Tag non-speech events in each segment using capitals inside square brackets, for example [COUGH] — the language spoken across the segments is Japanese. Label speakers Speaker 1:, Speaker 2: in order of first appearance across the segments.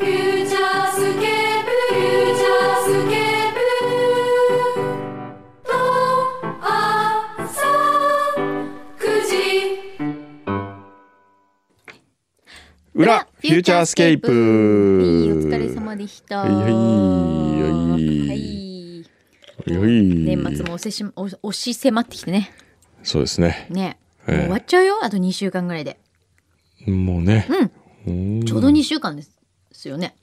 Speaker 1: フューチャースケープフューチャースケープと朝9時
Speaker 2: 裏フューチャースケープ
Speaker 3: はいお疲れ様でした。
Speaker 2: はいはい
Speaker 3: はい
Speaker 2: はい
Speaker 3: 年末もおせしお押し迫ってきてね。
Speaker 2: そうですね
Speaker 3: ね。
Speaker 2: ええ
Speaker 3: もう終わっちゃうよ。あと2週間ぐらいで。
Speaker 2: もうね、うん、
Speaker 3: ちょうど2週間ですよね。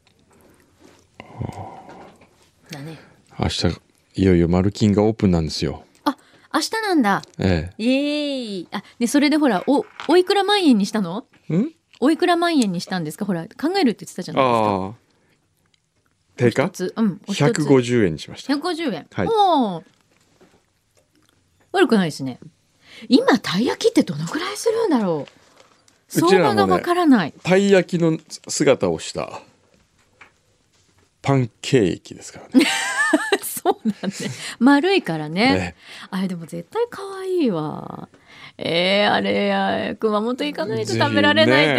Speaker 3: だね。
Speaker 2: 明日いよいよマルキンがオープンなんですよ
Speaker 3: あ、明日なんだ。
Speaker 2: え
Speaker 3: イエーイ。あ、ね、それでほら、お、おいくら万円にしたの
Speaker 2: えん
Speaker 3: おいくら万円にしたんですかほら、考えるって言ってたじゃないですか。
Speaker 2: ああ定価
Speaker 3: 一つうん、お一つ
Speaker 2: 150円にしました
Speaker 3: 150円。
Speaker 2: はい
Speaker 3: おー悪くないですね。今、たい焼きってどのくらいするんだろう
Speaker 2: う
Speaker 3: 相
Speaker 2: ちらもね
Speaker 3: 場がわからない。
Speaker 2: たい焼きの姿をしたパンケーキですから
Speaker 3: [LAUGHS]
Speaker 2: ね
Speaker 3: そうなんで、丸いからね。
Speaker 2: え
Speaker 3: あれ、でも絶対可愛いわ。えー、あれや、熊本行かないと食べられないっ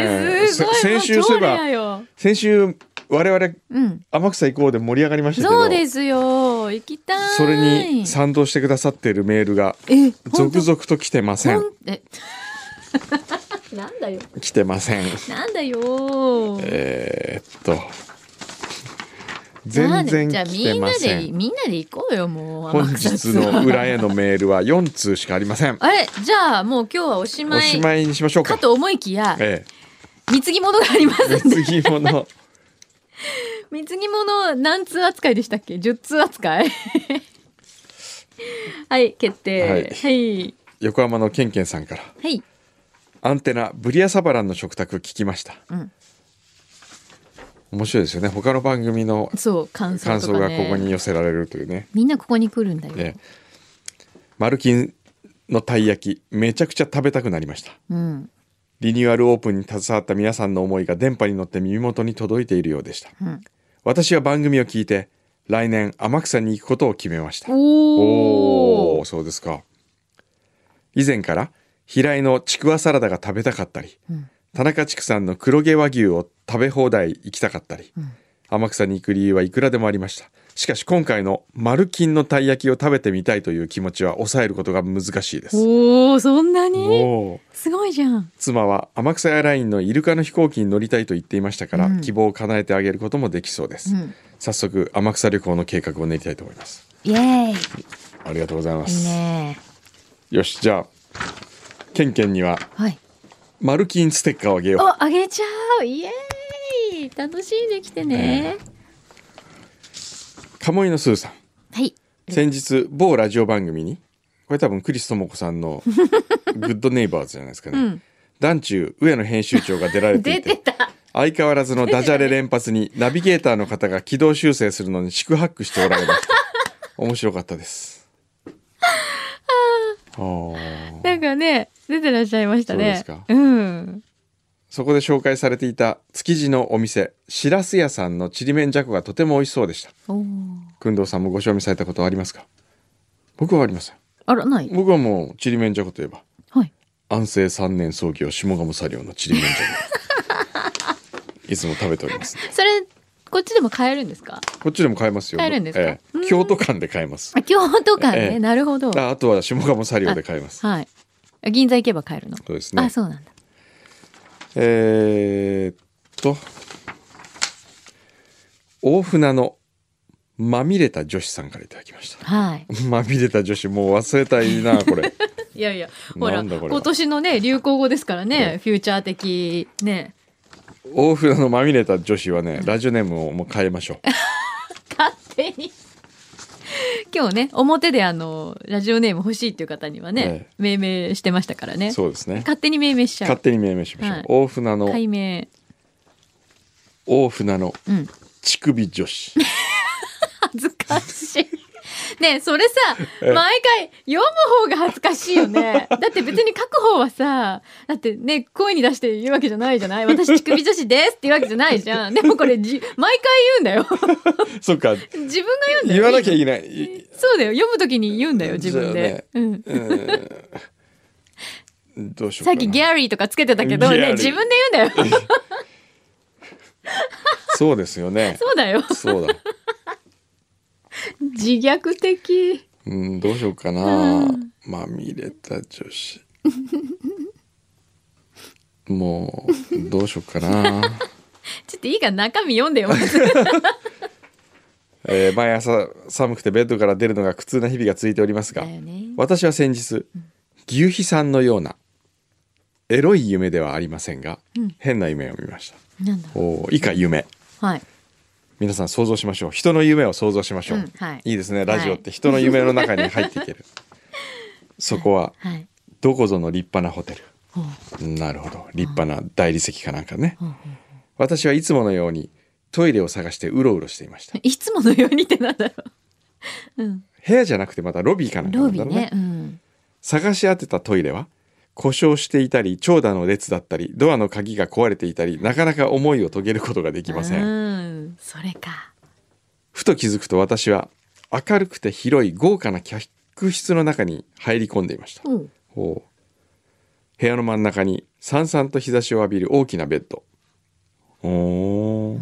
Speaker 3: て、すごい、
Speaker 2: ぜひねせ先週
Speaker 3: もう
Speaker 2: そういえば
Speaker 3: 超レアよ。
Speaker 2: 先週我々
Speaker 3: うん。
Speaker 2: 天草行こうで盛り上がりましたけど
Speaker 3: そうですよ。行きたい。
Speaker 2: それに賛同してくださっているメールが
Speaker 3: え、本当
Speaker 2: 続々と来てません
Speaker 3: ほんえなんだよ。
Speaker 2: 来てません
Speaker 3: なんだよ。
Speaker 2: えーっ
Speaker 3: [LAUGHS]
Speaker 2: と
Speaker 3: な
Speaker 2: 全
Speaker 3: んで
Speaker 2: 然
Speaker 3: じゃあ
Speaker 2: 来てませ
Speaker 3: みんなで
Speaker 2: ん
Speaker 3: みんなで行こうよもう
Speaker 2: 本
Speaker 3: 天
Speaker 2: 日
Speaker 3: 草ツアー
Speaker 2: の裏へのメールは4通しかありません
Speaker 3: あれじゃあもう今日はおしま
Speaker 2: お
Speaker 3: い
Speaker 2: しまいにしましょうか
Speaker 3: かと思いきや
Speaker 2: え
Speaker 3: 貢ぎ物がありま
Speaker 2: え
Speaker 3: すんで
Speaker 2: 次もの
Speaker 3: 貢ぎ物何通扱いでしたっけ10通扱い [LAUGHS] はい決定はい
Speaker 2: 横浜のケンケンさんから
Speaker 3: はい
Speaker 2: アンテナブリアサバランの食卓聞きました、
Speaker 3: うん
Speaker 2: 面白いですよね他の番組の
Speaker 3: そう感想
Speaker 2: 感
Speaker 3: と
Speaker 2: 想
Speaker 3: か
Speaker 2: がここ
Speaker 3: ね
Speaker 2: に寄せられるというね
Speaker 3: みんなここに来るんだよ
Speaker 2: ええマルキンのたい焼きめちゃくちゃ食べたくなりました
Speaker 3: うん
Speaker 2: リニューアルオープンに携わった皆さんの思いが電波に乗って耳元に届いているようでした、
Speaker 3: ん
Speaker 2: 私は番組を聞いて来年天草に行くことを決めました
Speaker 3: お
Speaker 2: お
Speaker 3: お
Speaker 2: ーそうですか以前から平井のちくわサラダが食べたかったり、田中畜さんの黒毛和牛を食べ放題行きたかったり、天草に行く理由はいくらでもありましたしかし今回の丸金のたい焼きを食べてみたいという気持ちは抑えることが難しいです
Speaker 3: おおそんなに
Speaker 2: おー
Speaker 3: すごいじゃん
Speaker 2: 妻は天草エアラインのイルカの飛行機に乗りたいと言っていましたから、希望を叶えてあげることもできそうです、
Speaker 3: うん
Speaker 2: 早速天草旅行の計画を練りたいと思います
Speaker 3: イエーイ
Speaker 2: ありがとうございま
Speaker 3: いい
Speaker 2: す
Speaker 3: ね
Speaker 2: よしじゃあケンケンには
Speaker 3: はい
Speaker 2: マルキンステッカーをあげよ [LAUGHS]
Speaker 3: お、あげちゃう。イエーイ。楽しんできてね。
Speaker 2: う鴨居のスーさん
Speaker 3: はい。
Speaker 2: 先日某ラジオ番組にこれ多分クリス智子さん
Speaker 3: [LAUGHS]
Speaker 2: のグッドネイバーズじゃないですかね、
Speaker 3: うん
Speaker 2: 団中上野編集長が出られて
Speaker 3: [LAUGHS] 出
Speaker 2: い
Speaker 3: て
Speaker 2: て
Speaker 3: た。
Speaker 2: 相変わらずのダジャレ連発
Speaker 3: [LAUGHS]
Speaker 2: にナビゲーターの方が軌道修正するのに四苦八苦しておられました [LAUGHS] 面白かった
Speaker 3: [LAUGHS]
Speaker 2: ですあー
Speaker 3: なんかね、出てらっしゃいましたね。
Speaker 2: そうですか
Speaker 3: ん。
Speaker 2: そこで紹介されていた築地のお店しらす屋さんのちりめんじゃこがとても美味しそうでした
Speaker 3: おお。
Speaker 2: 工藤さんもご賞味されたことはありますか僕はありません
Speaker 3: あら、ない。
Speaker 2: 僕はもうちりめんじゃこといえば
Speaker 3: はい。
Speaker 2: 安政三年創業下鴨茶寮のちりめんじゃ
Speaker 3: [LAUGHS]
Speaker 2: こいつも食べております
Speaker 3: それ、こっちでも買えるんですか。
Speaker 2: こっちでも買えますよ
Speaker 3: 買えるんですか
Speaker 2: ええ
Speaker 3: うん
Speaker 2: 京都館で買えます
Speaker 3: あ京都館ね、
Speaker 2: ええ
Speaker 3: なるほど。
Speaker 2: ああとは下鴨茶寮で買えます
Speaker 3: はい。銀座行けば買えるの。
Speaker 2: そうですね
Speaker 3: あ、そうなんだ。
Speaker 2: えーっと大船のまみれた女子さんからいただきました [LAUGHS]
Speaker 3: はい。
Speaker 2: まみれた女子もう忘れたいなこ
Speaker 3: [LAUGHS]
Speaker 2: れ
Speaker 3: いやいや、ほら、
Speaker 2: なんだこれは
Speaker 3: 今年のね、流行語ですから
Speaker 2: え
Speaker 3: ね、フューチャー的。ね。
Speaker 2: 大船のまみれた女子はねラジオネームをもう変えましょう
Speaker 3: 勝手に今日ね表であのラジオネーム欲しいっていう方にはね
Speaker 2: え、
Speaker 3: 命名してましたからね
Speaker 2: そうですね
Speaker 3: 勝手に命名しちゃ
Speaker 2: 勝
Speaker 3: う
Speaker 2: 手に命名しましょう、
Speaker 3: はい
Speaker 2: 大船の
Speaker 3: 解明
Speaker 2: 大船の
Speaker 3: うん
Speaker 2: 乳首女
Speaker 3: [LAUGHS]
Speaker 2: 子
Speaker 3: 恥ずかしいねえそれさ
Speaker 2: ええ
Speaker 3: 毎回読む方が恥ずかしいよねだって別に書く方はさだってね声に出して言うわけじゃないじゃない私乳首女子ですっていうわけじゃないじゃんでもこれじ毎回言う
Speaker 2: [LAUGHS]
Speaker 3: んだよ
Speaker 2: そっか
Speaker 3: 自分が言うんだよ
Speaker 2: 言わなきゃいけないい
Speaker 3: そうだよ読むときに言うんだよ自分で、
Speaker 2: そううんどうしようかな
Speaker 3: さっきギャリーとかつけてたけど
Speaker 2: ギャリ
Speaker 3: ね
Speaker 2: ー
Speaker 3: [LAUGHS] 自分で言うんだよ
Speaker 2: そうですよね。
Speaker 3: [LAUGHS] そうだよ。
Speaker 2: そうだ。
Speaker 3: 自虐的。
Speaker 2: うん、どうしようかな
Speaker 3: う。
Speaker 2: まみれた女子。 [LAUGHS] もう、どうしようか
Speaker 3: [LAUGHS]
Speaker 2: な。
Speaker 3: ちょっといいか中身読んでよ。まず
Speaker 2: えー毎朝寒くてベッドから出るのが苦痛な日々が続いておりますが、
Speaker 3: だよね
Speaker 2: 私は先日牛皮さんのようなエロい夢ではありませんが、
Speaker 3: うん
Speaker 2: 変な夢を見ました
Speaker 3: なんだろ
Speaker 2: おー以下夢
Speaker 3: う。はい。
Speaker 2: 皆さん想像しましょう人の夢を想像しましょう、
Speaker 3: うんはい
Speaker 2: いですねラジオって人の夢の中に入っていける、そこは
Speaker 3: はい。
Speaker 2: どこぞの立派なホテル
Speaker 3: ほう
Speaker 2: なるほど立派な大理石かなんかね
Speaker 3: ほうほう
Speaker 2: 私はいつものようにトイレを探してうろうろしていました
Speaker 3: いつものようにってなんだろう。うん。
Speaker 2: 部屋じゃなくてまたロビーかなんかな
Speaker 3: [LAUGHS] ロ
Speaker 2: ん
Speaker 3: ビ
Speaker 2: だ
Speaker 3: ー
Speaker 2: ろう
Speaker 3: ね。うん。
Speaker 2: 探し当てたトイレは故障していたり長蛇の列だったりドアの鍵が壊れていたりなかなか思いを遂げることができません
Speaker 3: うん。それか。
Speaker 2: ふと気づくと私は明るくて広い豪華な客室の中に入り込んでいました
Speaker 3: うん。
Speaker 2: ほう部屋の真ん中にさんさんと日差しを浴びる大きなベッドおー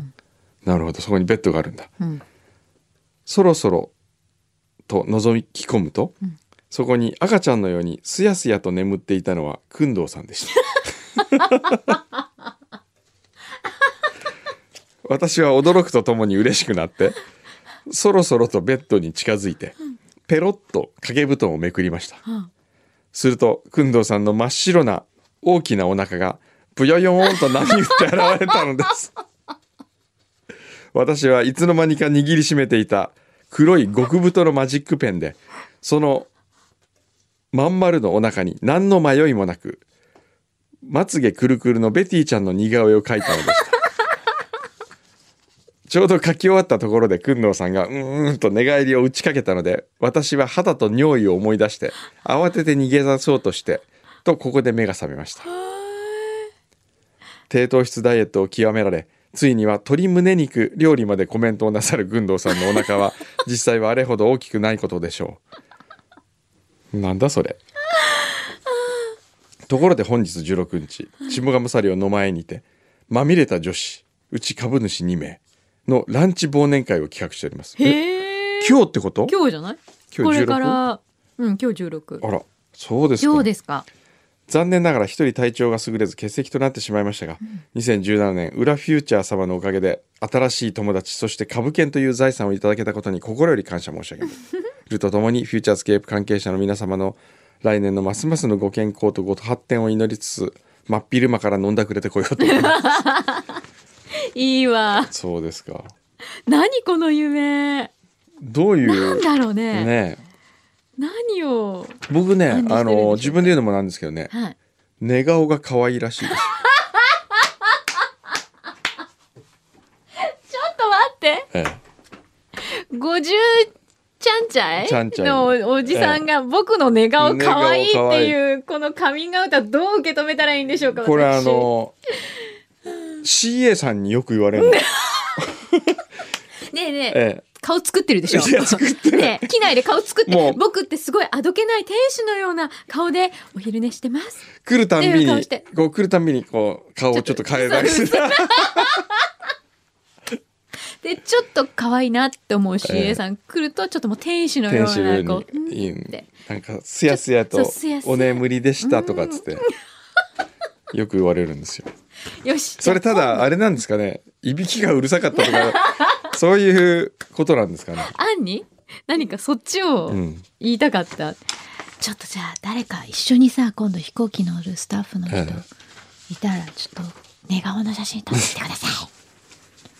Speaker 2: なるほどそこにベッドがあるんだ
Speaker 3: うん。
Speaker 2: そろそろと覗き込むと、
Speaker 3: うん
Speaker 2: そこに赤ちゃんのようにすやすやと眠っていたのは工藤さんでした
Speaker 3: [LAUGHS]
Speaker 2: 私は驚くとともに嬉しくなってそろそろとベッドに近づいてペロッと掛け布団をめくりました、
Speaker 3: ん
Speaker 2: すると工藤さんの真っ白な大きなお腹がぷよよーんと波打って現れたのです私はいつの間にか握りしめていた黒い極太のマジックペンでそのまん丸のお腹に何の迷いもなくまつげくるくるのベティちゃんの似顔絵を描いたのでした [LAUGHS] ちょうど描き終わったところで工藤さんがうーんと寝返りを打ちかけたので私は肌と尿意を思い出して慌てて逃げ出そうとしてとここで目が覚めました低糖質ダイエットを極められついには鶏胸肉料理までコメントをなさる軍藤さんのお腹
Speaker 3: [LAUGHS]
Speaker 2: は実際はあれほど大きくないことでしょうなんだそれところで本日16日下鴨サリオの前にてまみれた女子うち株主2名のランチ忘年会を企画しておりますえ
Speaker 3: へえ。
Speaker 2: 今日ってこと
Speaker 3: 今日じゃない？
Speaker 2: 今日 16?
Speaker 3: これから。うん。今日十六。
Speaker 2: あらそうですか
Speaker 3: どうですか。
Speaker 2: 残念ながら一人体調が優れず欠席となってしまいましたが、2017年裏フューチャー様のおかげで新しい友達そして株券という財産をいただけたことに心より感謝申し上げ
Speaker 3: [LAUGHS]
Speaker 2: るとともにフューチャースケープ関係者の皆様の来年のますますのご健康とご発展を祈りつつ真っ昼間から飲んだくれてこようと思います
Speaker 3: [LAUGHS] いいわ。
Speaker 2: そうですか
Speaker 3: 何この夢。
Speaker 2: どうい
Speaker 3: なん
Speaker 2: う
Speaker 3: だろうね。
Speaker 2: ね
Speaker 3: 何を。
Speaker 2: 僕ね
Speaker 3: 感じてるんでしょうか
Speaker 2: あの自分で言うのもなんですけどね
Speaker 3: はい。
Speaker 2: 寝顔が可愛いらしいです
Speaker 3: ちょっと待って。
Speaker 2: え
Speaker 3: 五十ちゃんちゃい
Speaker 2: ちゃんちゃい
Speaker 3: のおじさんが僕の寝顔可愛いっていうこのカミングアウトはどう受け止めたらいいんでしょう
Speaker 2: え
Speaker 3: か。
Speaker 2: これあ
Speaker 3: 私
Speaker 2: の CA さんによく言われるの、
Speaker 3: ねえねえ。
Speaker 2: ええ
Speaker 3: 顔作ってるでしょ。
Speaker 2: いや作ってない
Speaker 3: ねえ機内で顔作っ
Speaker 2: もう
Speaker 3: て、僕ってすごいあどけない天使のような顔でお昼寝してます。
Speaker 2: 来るたん
Speaker 3: って
Speaker 2: び
Speaker 3: いう顔
Speaker 2: に
Speaker 3: して
Speaker 2: こう来るたんびにこう顔をちょっと変えたりする [LAUGHS]
Speaker 3: で、ちょっと可愛いなって思うし、
Speaker 2: ええ
Speaker 3: A さん来るとちょっともう天使のよ
Speaker 2: 天使
Speaker 3: う
Speaker 2: の
Speaker 3: な
Speaker 2: よ
Speaker 3: こ
Speaker 2: う
Speaker 3: う。
Speaker 2: にいいん
Speaker 3: て
Speaker 2: なんかすやすや
Speaker 3: ちょ
Speaker 2: と
Speaker 3: っとすや
Speaker 2: 「
Speaker 3: すや
Speaker 2: お眠りでした」とかっつってよく言われるんですよ。
Speaker 3: よし。
Speaker 2: それただあれなんですかねいびきがうるさかったと
Speaker 3: [LAUGHS]
Speaker 2: かそういうことなんですかね。
Speaker 3: アンに何かそっちを
Speaker 2: うん
Speaker 3: 言いたかった、ちょっとじゃあ誰か一緒にさ今度飛行機乗るスタッフの人
Speaker 2: え
Speaker 3: いたらちょっと寝顔の写真撮ってきてく
Speaker 2: [LAUGHS]
Speaker 3: ださい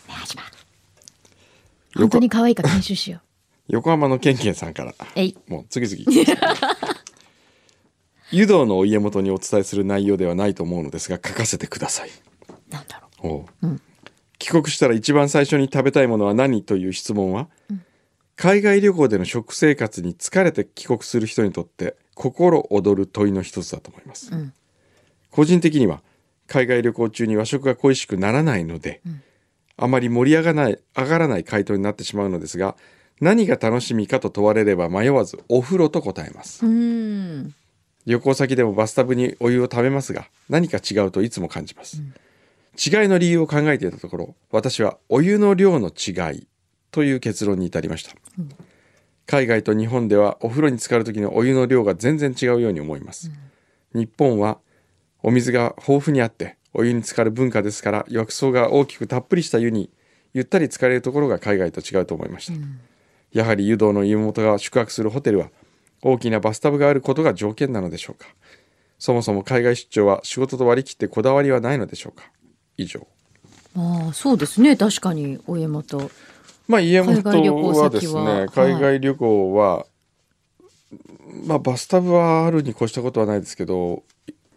Speaker 3: お願いします
Speaker 2: 横
Speaker 3: 本当に可愛いか研修しよ
Speaker 2: 横浜のケンケンさんから
Speaker 3: えい
Speaker 2: もう次々来ました
Speaker 3: [LAUGHS]
Speaker 2: ね湯道のお家元にお伝えする内容ではないと思うのですが書かせてください。
Speaker 3: うなんだろ
Speaker 2: おう
Speaker 3: う、うん、
Speaker 2: 帰国したら一番最初に食べたいものは何という質問は、海外旅行での食生活に疲れて帰国する人にとって心躍る問いの一つだと思います、
Speaker 3: ん
Speaker 2: 個人的には海外旅行中に和食が恋しくならないので、あまり盛り上がらない上がらない回答になってしまうのですが何が楽しみかと問われれば迷わずお風呂と答えます
Speaker 3: うーん
Speaker 2: 旅行先でもバスタブにお湯をためますが何か違うといつも感じます、違いの理由を考えていたところ私はお湯の量の違いという結論に至りました、海外と日本ではお風呂に浸かる時のお湯の量が全然違うように思います、日本はお水が豊富にあってお湯に浸かる文化ですから浴槽が大きくたっぷりした湯にゆったり浸かれるところが海外と違うと思いました、やはり湯道の湯元が宿泊するホテルは大きなバスタブがあることが条件なのでしょうかそもそも海外出張は仕事と割り切ってこだわりはないのでしょうか以上
Speaker 3: ああそうですね確かにお家元
Speaker 2: まあ家元
Speaker 3: 海外旅行
Speaker 2: はです
Speaker 3: 先は
Speaker 2: ね
Speaker 3: はい
Speaker 2: 海外旅行は、まあバスタブはあるに越したことはないですけど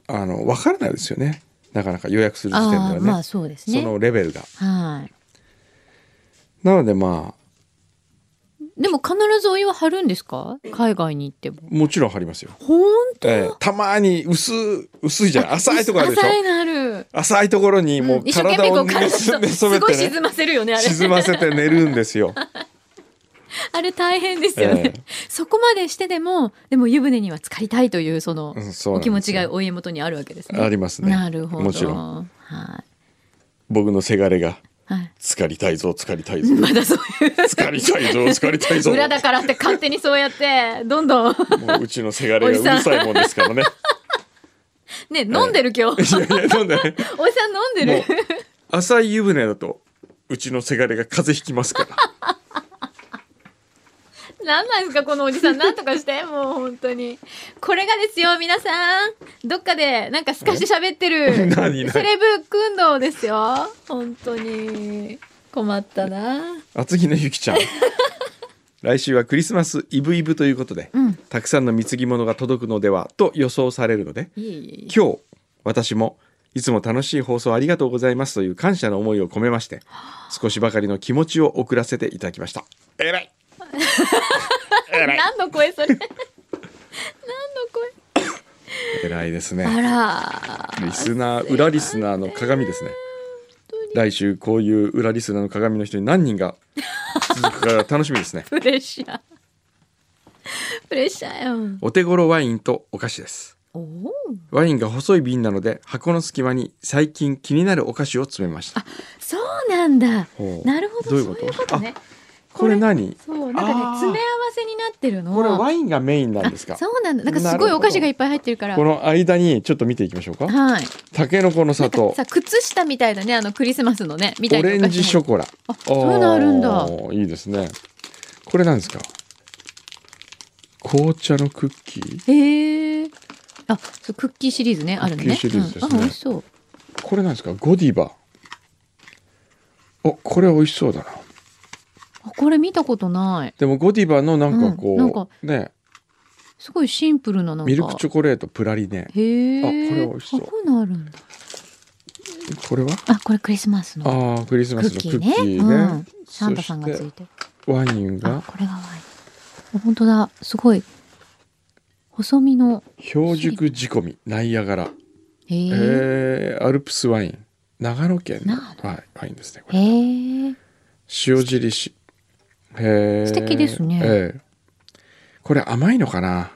Speaker 2: あの分からないですよねなかなか予約する時点では
Speaker 3: あ
Speaker 2: ね,、
Speaker 3: あまあそうで
Speaker 2: そ
Speaker 3: すね
Speaker 2: のレベルが
Speaker 3: はい
Speaker 2: なのでまあ
Speaker 3: でも必ずお湯は張るんですか海外に行っても
Speaker 2: もちろん入りますよ、
Speaker 3: ほんと
Speaker 2: ええたまに薄い薄いじゃない浅いところあるでしょ
Speaker 3: 浅いのある
Speaker 2: 浅いところにも
Speaker 3: ん
Speaker 2: う
Speaker 3: 一生懸命
Speaker 2: 体
Speaker 3: こ
Speaker 2: を
Speaker 3: う返し
Speaker 2: 寝
Speaker 3: と
Speaker 2: そべ
Speaker 3: す
Speaker 2: っ
Speaker 3: ごい
Speaker 2: てね
Speaker 3: 沈ませるよねあれ
Speaker 2: 沈ませて寝るんですよ。
Speaker 3: あれ大変ですよね、
Speaker 2: ええ
Speaker 3: そこまでしてでもでも湯船には浸かりたいというその
Speaker 2: うんそうなん
Speaker 3: お
Speaker 2: ですよ
Speaker 3: 気持ちがお家元にあるわけですね
Speaker 2: ありますね
Speaker 3: なるほど
Speaker 2: もちろ
Speaker 3: んはい
Speaker 2: 僕のせがれが
Speaker 3: はい
Speaker 2: 「浸かりたいぞ浸かりた
Speaker 3: [LAUGHS]
Speaker 2: いぞ
Speaker 3: まだそう
Speaker 2: 浸かりたいぞ浸かりたい
Speaker 3: いう
Speaker 2: ぞ」
Speaker 3: 裏だからって勝手にそうやってどん
Speaker 2: [LAUGHS]
Speaker 3: ど
Speaker 2: も
Speaker 3: ん
Speaker 2: ううちのせがれがうるさいもんですからね。
Speaker 3: ね飲んでる今日、
Speaker 2: いやいや飲んでない
Speaker 3: おじさん飲んで
Speaker 2: もう
Speaker 3: る
Speaker 2: 浅い湯船だとうちのせがれが風邪ひきます
Speaker 3: [LAUGHS]
Speaker 2: から。
Speaker 3: なんなんですかこのおじさんなんとかしてもう本当にこれがですよ皆さんどっかでなんかすかして喋ってるセレブ
Speaker 2: [LAUGHS] 何何
Speaker 3: 運動ですよ本当に困ったな
Speaker 2: 厚木のゆきちゃん来週はクリスマスイブイブということで、
Speaker 3: うん
Speaker 2: たくさんの貢ぎ物が届くのではと予想されるので
Speaker 3: いえいえいえ
Speaker 2: 今日私もいつも楽しい放送ありがとうございますという感謝の思いを込めまして少しばかりの気持ちを送らせていただきましたえらいえらい
Speaker 3: 何の声それ [LAUGHS] 何の声
Speaker 2: えらいです
Speaker 3: あ
Speaker 2: ね
Speaker 3: ら
Speaker 2: リスナー裏リスナーの鏡ですね来週こういう裏リスナーの鏡の人に何人が続くかが楽しみですね
Speaker 3: プレッシャープレッシャーよ
Speaker 2: お手頃ワインとお菓子です
Speaker 3: おお
Speaker 2: ワインが細い瓶なので箱の隙間に最近気になるお菓子を詰めました。
Speaker 3: そうなんだ
Speaker 2: ほう
Speaker 3: なるほど
Speaker 2: どういう
Speaker 3: そ
Speaker 2: こ
Speaker 3: う
Speaker 2: と
Speaker 3: いうことね
Speaker 2: これ何？
Speaker 3: そうなんかね
Speaker 2: あー
Speaker 3: 詰め合わせになってるの
Speaker 2: これワインがメインなんです
Speaker 3: あ
Speaker 2: か？
Speaker 3: そうなんだなんかすごいお菓子がいっぱい入ってるから
Speaker 2: この間にちょっと見ていきましょうか。
Speaker 3: はい
Speaker 2: タケノコの
Speaker 3: なん
Speaker 2: 砂
Speaker 3: か
Speaker 2: 糖、
Speaker 3: さ靴下みたいだねあのクリスマスのねみた
Speaker 2: オ
Speaker 3: いなお菓
Speaker 2: レ
Speaker 3: 子
Speaker 2: ンジショコラ。あ、
Speaker 3: そういうのあるんだ。
Speaker 2: いいですね。これなんですか？紅茶のクッキー？
Speaker 3: へえあそうクッキーシリーズねあるのね
Speaker 2: クッキーシリーズですね
Speaker 3: うんあ美味しそう
Speaker 2: これなんですか？ゴディバ。お、これ美味しそうだな。
Speaker 3: あこれ見たことない
Speaker 2: でもゴディバのなんかこう、
Speaker 3: うんなんか
Speaker 2: ね、
Speaker 3: すごいシンプルななんか
Speaker 2: ミルクチョコレートプラリネ。
Speaker 3: へえ
Speaker 2: あこれ美味しそう
Speaker 3: あこういうのあるんだ
Speaker 2: これは？
Speaker 3: あこれクリスマスの
Speaker 2: ああクリスマ
Speaker 3: ク
Speaker 2: ス
Speaker 3: ッ
Speaker 2: の
Speaker 3: キ
Speaker 2: ク
Speaker 3: ー
Speaker 2: ッ
Speaker 3: ね
Speaker 2: キー
Speaker 3: う
Speaker 2: ね
Speaker 3: ん、サンタさんがついてる
Speaker 2: ワイン
Speaker 3: あ
Speaker 2: が
Speaker 3: これがワイン本当だすごい細身の
Speaker 2: 氷熟仕込みナイアガラ、
Speaker 3: へえ
Speaker 2: えーアルプスワイン長野県の
Speaker 3: 長野
Speaker 2: はい、ワインですねこれ
Speaker 3: へえ
Speaker 2: 塩尻市へえ
Speaker 3: 素敵ですね
Speaker 2: ええこれ甘いのかな、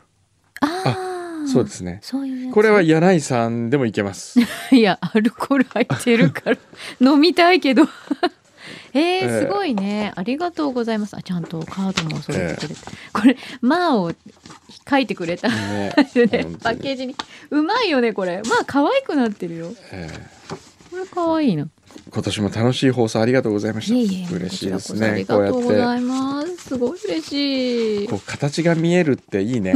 Speaker 3: ああ
Speaker 2: そうですね
Speaker 3: そういうやつ
Speaker 2: これは柳井さんでもいけます
Speaker 3: [LAUGHS] いやアルコール入って
Speaker 2: [LAUGHS]
Speaker 3: るから飲みたいけど [LAUGHS] えー、すごいねありがとうございますあちゃんとカードも添えてくれて、これ「まあ」を書いてくれた、
Speaker 2: ね
Speaker 3: パ
Speaker 2: 本
Speaker 3: ッ
Speaker 2: 当に
Speaker 3: ケージにうまいよねこれまあ可愛くなってるよ
Speaker 2: え
Speaker 3: これ可愛いな
Speaker 2: え今年も楽しい放送ありがとうございました
Speaker 3: いえいえ
Speaker 2: 嬉しいです
Speaker 3: こちらこそあり
Speaker 2: ねこう
Speaker 3: が
Speaker 2: や
Speaker 3: とうござ
Speaker 2: っ
Speaker 3: いますすごい嬉してい
Speaker 2: こう形が見えるっていい
Speaker 3: [LAUGHS]
Speaker 2: ね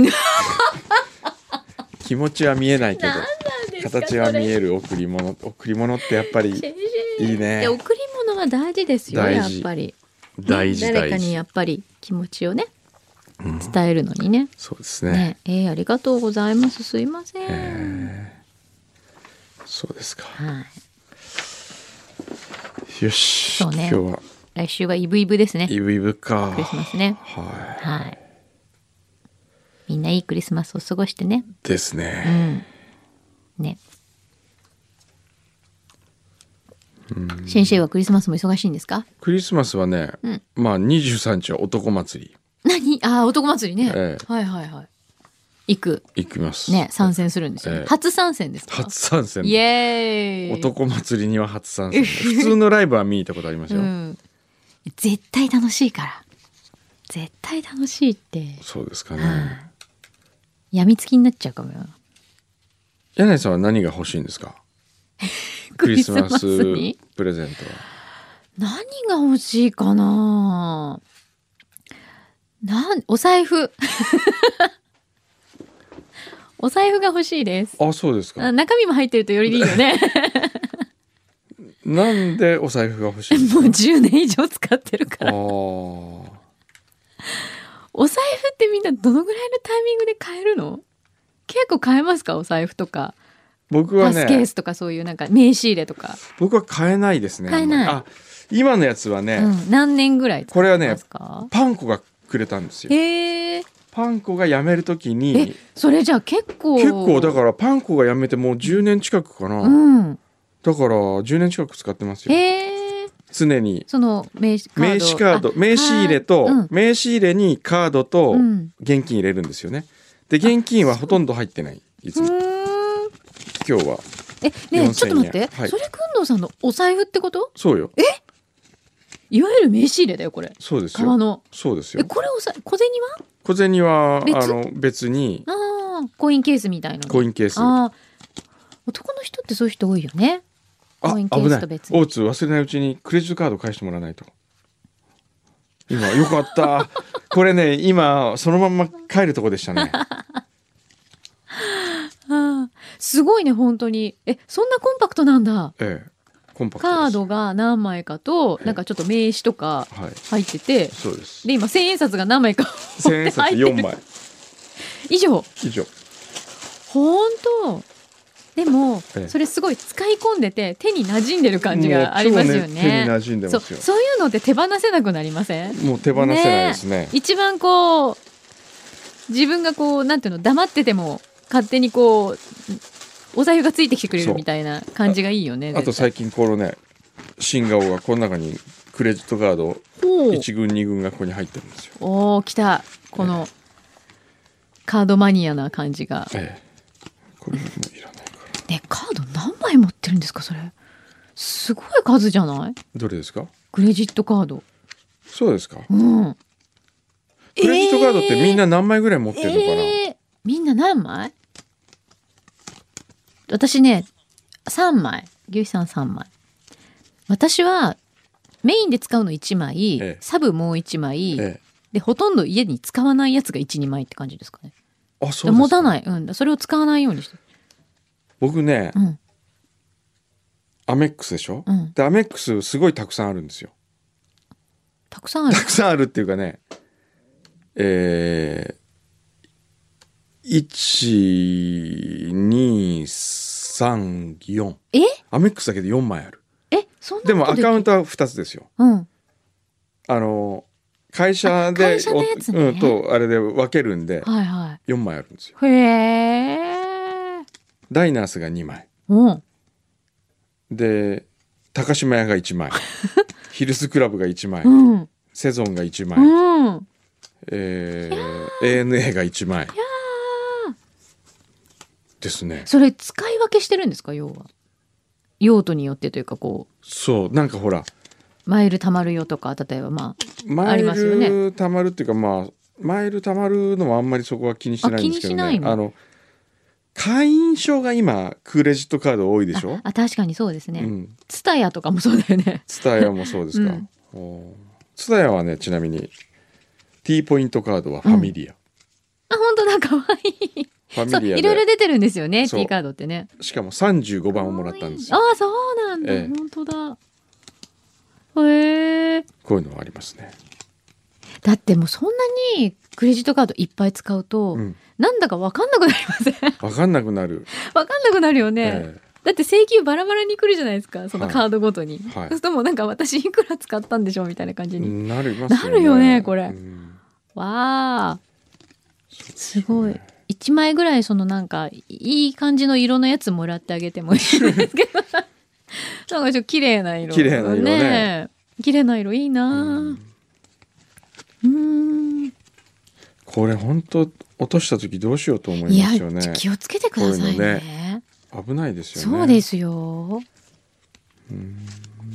Speaker 2: 気持ちは見えないけど
Speaker 3: なんなんですか
Speaker 2: 形は見
Speaker 3: る
Speaker 2: える贈り物贈り物ってやっぱりいいね
Speaker 3: や贈り物は大事ですよ
Speaker 2: 大
Speaker 3: やっ
Speaker 2: 事
Speaker 3: ぱりね
Speaker 2: 大事
Speaker 3: 誰か
Speaker 2: 大
Speaker 3: に
Speaker 2: 事
Speaker 3: やっぱり気持ちをね伝えるのにね,、
Speaker 2: そうですね
Speaker 3: ねえーありがとうございますすいません、
Speaker 2: えーそうですか
Speaker 3: はい、
Speaker 2: よし、
Speaker 3: そうね
Speaker 2: 今日は
Speaker 3: 来週はイブイブですね
Speaker 2: イブイブか
Speaker 3: クリスマスね
Speaker 2: は
Speaker 3: はいみんないいクリスマスを過ごしてね
Speaker 2: いです
Speaker 3: う
Speaker 2: ね、
Speaker 3: んね先生はクリスマスも忙しいんですか
Speaker 2: クリスマスはね、
Speaker 3: ん
Speaker 2: まあ23日は男祭り
Speaker 3: 何あー男祭りね、
Speaker 2: ええ
Speaker 3: はいはいはい行く
Speaker 2: 行きます。
Speaker 3: ね参戦するんですよ、ね
Speaker 2: ええ
Speaker 3: 初参戦ですか
Speaker 2: 初参戦。
Speaker 3: イエーイ
Speaker 2: 男祭りには初参戦。普通のライブは見に行ったことあります
Speaker 3: う
Speaker 2: よ。
Speaker 3: ん、絶対楽しいから絶対楽しいって
Speaker 2: そうですかね。
Speaker 3: やみつきになっちゃうかもよ
Speaker 2: 柳井さんは何が欲しいんですか。クリスマス
Speaker 3: に
Speaker 2: プレゼントは。
Speaker 3: 何が欲しいかななんお財布 [LAUGHS] お財布が欲しいです
Speaker 2: あ、そうです
Speaker 3: あ
Speaker 2: か。
Speaker 3: 中身も入ってるとよりいいよ
Speaker 2: [LAUGHS]
Speaker 3: ね
Speaker 2: なんでお財布が欲しいんです
Speaker 3: [LAUGHS] もう
Speaker 2: か。
Speaker 3: 10年以上使ってるから
Speaker 2: ああ。
Speaker 3: お財布ってみんなどのぐらいのタイミングで買えるの結構買えますかお財布とか、
Speaker 2: 僕は
Speaker 3: パスケー
Speaker 2: ね、
Speaker 3: スとかそういうなんか名刺入れとか、
Speaker 2: 僕は買えないですね。
Speaker 3: 買え
Speaker 2: あ
Speaker 3: ない
Speaker 2: んまりあ、今のやつはね、
Speaker 3: うん、何年ぐらい使
Speaker 2: これは
Speaker 3: っ
Speaker 2: ね
Speaker 3: てますか
Speaker 2: パンコがくれたんですよ。
Speaker 3: へえ
Speaker 2: パンコが辞めるとき
Speaker 3: え
Speaker 2: に、
Speaker 3: それじゃあ結構
Speaker 2: 結構だかららパンコが辞めてもう10年近くかな。
Speaker 3: うん
Speaker 2: だから10年近く使ってますよ。
Speaker 3: へえ
Speaker 2: 常に
Speaker 3: その名刺カード
Speaker 2: 名刺カード、
Speaker 3: あ
Speaker 2: 名刺入れと、
Speaker 3: うん
Speaker 2: 名刺入れにカードと
Speaker 3: うん
Speaker 2: 現金入れるんですよね。で、現金はほとんど入ってない。いつ
Speaker 3: う
Speaker 2: も
Speaker 3: ーん
Speaker 2: 今日は
Speaker 3: えねえちょっと待って、
Speaker 2: 4000円はい
Speaker 3: それくんどうさんのお財布ってこと
Speaker 2: そうよ。
Speaker 3: いわゆる名刺入れだよこれ
Speaker 2: そうです
Speaker 3: 革
Speaker 2: よ。
Speaker 3: の
Speaker 2: そうです
Speaker 3: え
Speaker 2: よ。
Speaker 3: これおさ小銭
Speaker 2: 小銭は
Speaker 3: 別
Speaker 2: あの別に
Speaker 3: はああコインケースみたいなの
Speaker 2: コインケース。
Speaker 3: ああ男の人ってそういう人多いよね
Speaker 2: あ、
Speaker 3: コ
Speaker 2: 危
Speaker 3: インケー
Speaker 2: な
Speaker 3: ス
Speaker 2: い
Speaker 3: と別。に
Speaker 2: 大津忘れないうちにクレジットカード返してもらわないと。今よかった。 [LAUGHS] これね、今そのまんま帰るとこでした
Speaker 3: [LAUGHS]
Speaker 2: ね。
Speaker 3: ああすごいね本当にえそんなコンパクトなんだ
Speaker 2: ええ、コンパクトです。
Speaker 3: カードが何枚かとなんかちょっと名刺とか
Speaker 2: はい、
Speaker 3: 入ってて
Speaker 2: そうです。
Speaker 3: で今千円札が何枚か [LAUGHS]
Speaker 2: 千円札四枚
Speaker 3: 以上
Speaker 2: 以上。
Speaker 3: 本当でも、
Speaker 2: ええ
Speaker 3: それすごい使い込んでて手に馴染んでる感じがあります
Speaker 2: も
Speaker 3: よ
Speaker 2: う超手に
Speaker 3: ね
Speaker 2: 馴染んで
Speaker 3: そう
Speaker 2: ますよ。
Speaker 3: そういうのって手放せなくなりません
Speaker 2: もう手放せないですね。
Speaker 3: 一番こう自分がこうなんていうの黙ってても勝手にこうお財布がついてきてくれ
Speaker 2: そ
Speaker 3: る
Speaker 2: う
Speaker 3: みたいな感じがいいよね
Speaker 2: あと
Speaker 3: 絶対
Speaker 2: 最近このね、新顔がこの中にクレジットカード
Speaker 3: ほう
Speaker 2: 一軍二軍がここに入ってるんですよ。
Speaker 3: おお来たこのカードマニアな感じが
Speaker 2: ええ、これもういらないから。
Speaker 3: ねカード何枚持ってるんですかそれすごい数じゃない
Speaker 2: どれですか？
Speaker 3: クレジットカード
Speaker 2: そうですか。
Speaker 3: うん
Speaker 2: クレジットカードってみんな何枚ぐらい持ってるのかな、
Speaker 3: えーみんな何枚私ね3枚牛肥さん3枚私はメインで使うの1枚、
Speaker 2: ええ
Speaker 3: サブもう1枚、
Speaker 2: え
Speaker 3: でほとんど家に使わないやつが12枚って感じですかね
Speaker 2: え、あそうです
Speaker 3: 持た
Speaker 2: い
Speaker 3: ない、うん、それを使わないようにして
Speaker 2: 僕ね、
Speaker 3: うん
Speaker 2: アメックスでしょ、
Speaker 3: うん
Speaker 2: でアメックスすごいたくさんあるんですよ
Speaker 3: たくさ
Speaker 2: [LAUGHS]
Speaker 3: んある
Speaker 2: たくさんあるっていうかねえー、1234
Speaker 3: え
Speaker 2: アメックスだけで4枚ある
Speaker 3: えそんなこと
Speaker 2: でもアカウント
Speaker 3: ト
Speaker 2: は2つですよ
Speaker 3: うん
Speaker 2: あの会社で
Speaker 3: あ会社のやつね
Speaker 2: おうん、とあれで分けるんで
Speaker 3: はいは
Speaker 2: 4枚あるんですよ
Speaker 3: いへえ
Speaker 2: ダイナースが2枚
Speaker 3: うん
Speaker 2: で高島屋が1枚
Speaker 3: [LAUGHS]
Speaker 2: ヒルズクラブが1枚
Speaker 3: うん
Speaker 2: セゾンが1枚、
Speaker 3: うん
Speaker 2: えー、ANA が1枚ですね
Speaker 3: それ使い分けしてるんですか要は用途によってというかこう
Speaker 2: そうなんかほら
Speaker 3: マイル貯まるよとか例えばま
Speaker 2: マイル
Speaker 3: ありますよね
Speaker 2: 貯まるっていうかまあマイル貯まるのはあんまりそこは気にしてないんですけどね
Speaker 3: あ気にしないの
Speaker 2: あの会員証が今クレジットカード多いでしょ
Speaker 3: ああ確かにそうです
Speaker 2: う
Speaker 3: ね
Speaker 2: ん
Speaker 3: ツタヤとかもそうだよね
Speaker 2: ツタヤもそうですか
Speaker 3: うん
Speaker 2: おーツタヤはねちなみに T ポイントカードはファミリア、
Speaker 3: あ本当だ可愛い
Speaker 2: フ
Speaker 3: そ
Speaker 2: ァ
Speaker 3: う
Speaker 2: ミリア
Speaker 3: いろいろ
Speaker 2: で
Speaker 3: 出てるんですよね
Speaker 2: そう
Speaker 3: T カードってね
Speaker 2: しかも35番をもらったんですよ
Speaker 3: ああそうなんだ、
Speaker 2: ええ
Speaker 3: 本当だへえ
Speaker 2: こういうのはありますね、
Speaker 3: だってもうそんなにクレジットカードいっぱい使うと、
Speaker 2: うん、
Speaker 3: なんだか分かんなくなりません [LAUGHS]
Speaker 2: 分かんなくなる、
Speaker 3: 分かんなくなるよね、
Speaker 2: ええ
Speaker 3: だって請求バラバラに来るじゃないですかその
Speaker 2: はい
Speaker 3: カードごとに、
Speaker 2: はい
Speaker 3: そうするともうなんか私いくら使ったんでしょうみたいな感じに、
Speaker 2: なりますよね。
Speaker 3: なるよねこれ
Speaker 2: うん
Speaker 3: わあ
Speaker 2: そうです
Speaker 3: す
Speaker 2: ね
Speaker 3: ごい1枚ぐらいそのなんかいい感じの色のやつもらってあげてもいいですけどなんか
Speaker 2: [LAUGHS]
Speaker 3: ちょっと綺麗な色
Speaker 2: 綺麗な色ね
Speaker 3: え綺麗な色いいな
Speaker 2: うん
Speaker 3: うーん
Speaker 2: ここれ本当落とした時どうしようと思
Speaker 3: い
Speaker 2: いま
Speaker 3: や
Speaker 2: すよね
Speaker 3: 気をつけてください
Speaker 2: こういう
Speaker 3: ね
Speaker 2: の危ないですよね
Speaker 3: そうですよ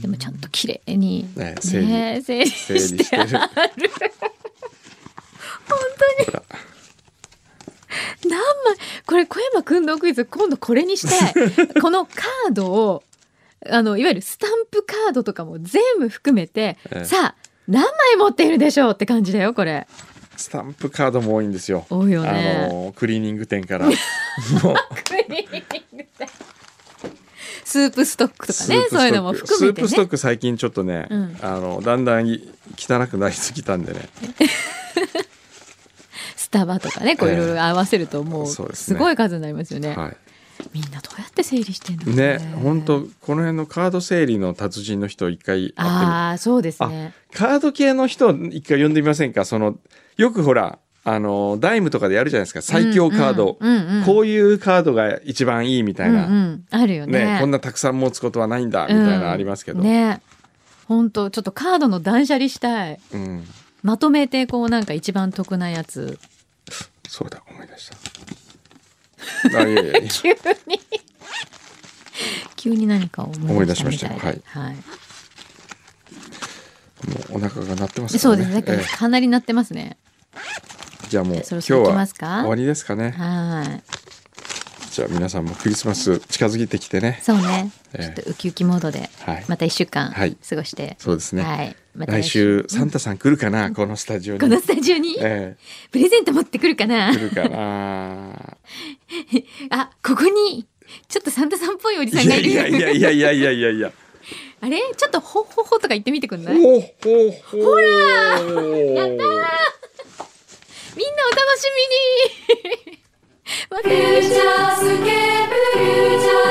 Speaker 3: でもちゃんと綺麗に
Speaker 2: ね整理
Speaker 3: ね整理
Speaker 2: 整理
Speaker 3: して [LAUGHS]
Speaker 2: してる
Speaker 3: 何枚これ小山君のクイズ今度これにした
Speaker 2: [LAUGHS]
Speaker 3: いこのカードをあのいわゆるスタンプカードとかも全部含めて、
Speaker 2: ええ
Speaker 3: さあ何枚持っているでしょうって感じだよこれ
Speaker 2: スタンプカードも多いんですよ
Speaker 3: 多いよ
Speaker 2: あ
Speaker 3: ね
Speaker 2: のクリーニング店
Speaker 3: [LAUGHS]
Speaker 2: からもう
Speaker 3: クリーニングスープストックとか
Speaker 2: スー
Speaker 3: ね
Speaker 2: プストック
Speaker 3: そういうのも含めて
Speaker 2: スープスト
Speaker 3: ね
Speaker 2: ック最近ちょっとね、
Speaker 3: うん
Speaker 2: あのだんだん汚くなりすぎたんでね
Speaker 3: スタバとかねこういろいろ合わせるともう
Speaker 2: そうです
Speaker 3: す
Speaker 2: ね
Speaker 3: ごい数になりますよね
Speaker 2: は
Speaker 3: みんなどうやって整理してんだ
Speaker 2: い
Speaker 3: ろう
Speaker 2: ね本当この辺のカード整理の達人の人一回会ってみ
Speaker 3: ああそうですね
Speaker 2: カード系の人一回呼んでみませんかそのよくほらあのダイムとかでやるじゃないですか最強カード、
Speaker 3: うんうんうんうん
Speaker 2: こういうカードが一番いいみたいな、
Speaker 3: うんうん、あるよね
Speaker 2: ねこんなたくさん持つことはないんだみたいなのありますけど、
Speaker 3: うんね本当ちょっとカードの断捨離したい
Speaker 2: うん
Speaker 3: まとめてこうなんか一番得なやつ
Speaker 2: そうだ思い出したあいやいやいや
Speaker 3: 急に急に何かを思い出したみたい
Speaker 2: 思い出しましたよ
Speaker 3: はい
Speaker 2: もうお腹が鳴ってます
Speaker 3: そ
Speaker 2: か
Speaker 3: う
Speaker 2: ら
Speaker 3: で
Speaker 2: ね
Speaker 3: すね
Speaker 2: え
Speaker 3: かなりなってますね
Speaker 2: えじゃあもう今
Speaker 3: そろ
Speaker 2: 日
Speaker 3: そろ行き
Speaker 2: は
Speaker 3: ます
Speaker 2: 終
Speaker 3: か
Speaker 2: わりですかね
Speaker 3: はい
Speaker 2: じゃあ皆さんもクリスマス近づいてきてね
Speaker 3: そうね、
Speaker 2: ええ
Speaker 3: ちょっとウキウキモードで、
Speaker 2: はい
Speaker 3: また一週間
Speaker 2: はい
Speaker 3: 過ごして、
Speaker 2: そうですね、
Speaker 3: はいまた
Speaker 2: 来週サンタさん来るかな、このスタジオに
Speaker 3: このスタジオに
Speaker 2: え
Speaker 3: プレゼント持ってくるかな
Speaker 2: え、来るかな
Speaker 3: あここにちょっとサンタさんっぽいおじさん
Speaker 2: い
Speaker 3: が
Speaker 2: や
Speaker 3: いる
Speaker 2: いやいやいやいやいやいやい [LAUGHS] や。
Speaker 3: あれちょっとほほほとか言ってみてくんないみんな
Speaker 2: ほうほうほう。ほら。やった
Speaker 3: お楽しみに [LAUGHS] わ
Speaker 1: フ
Speaker 3: か
Speaker 1: ューチャースケープフューチャー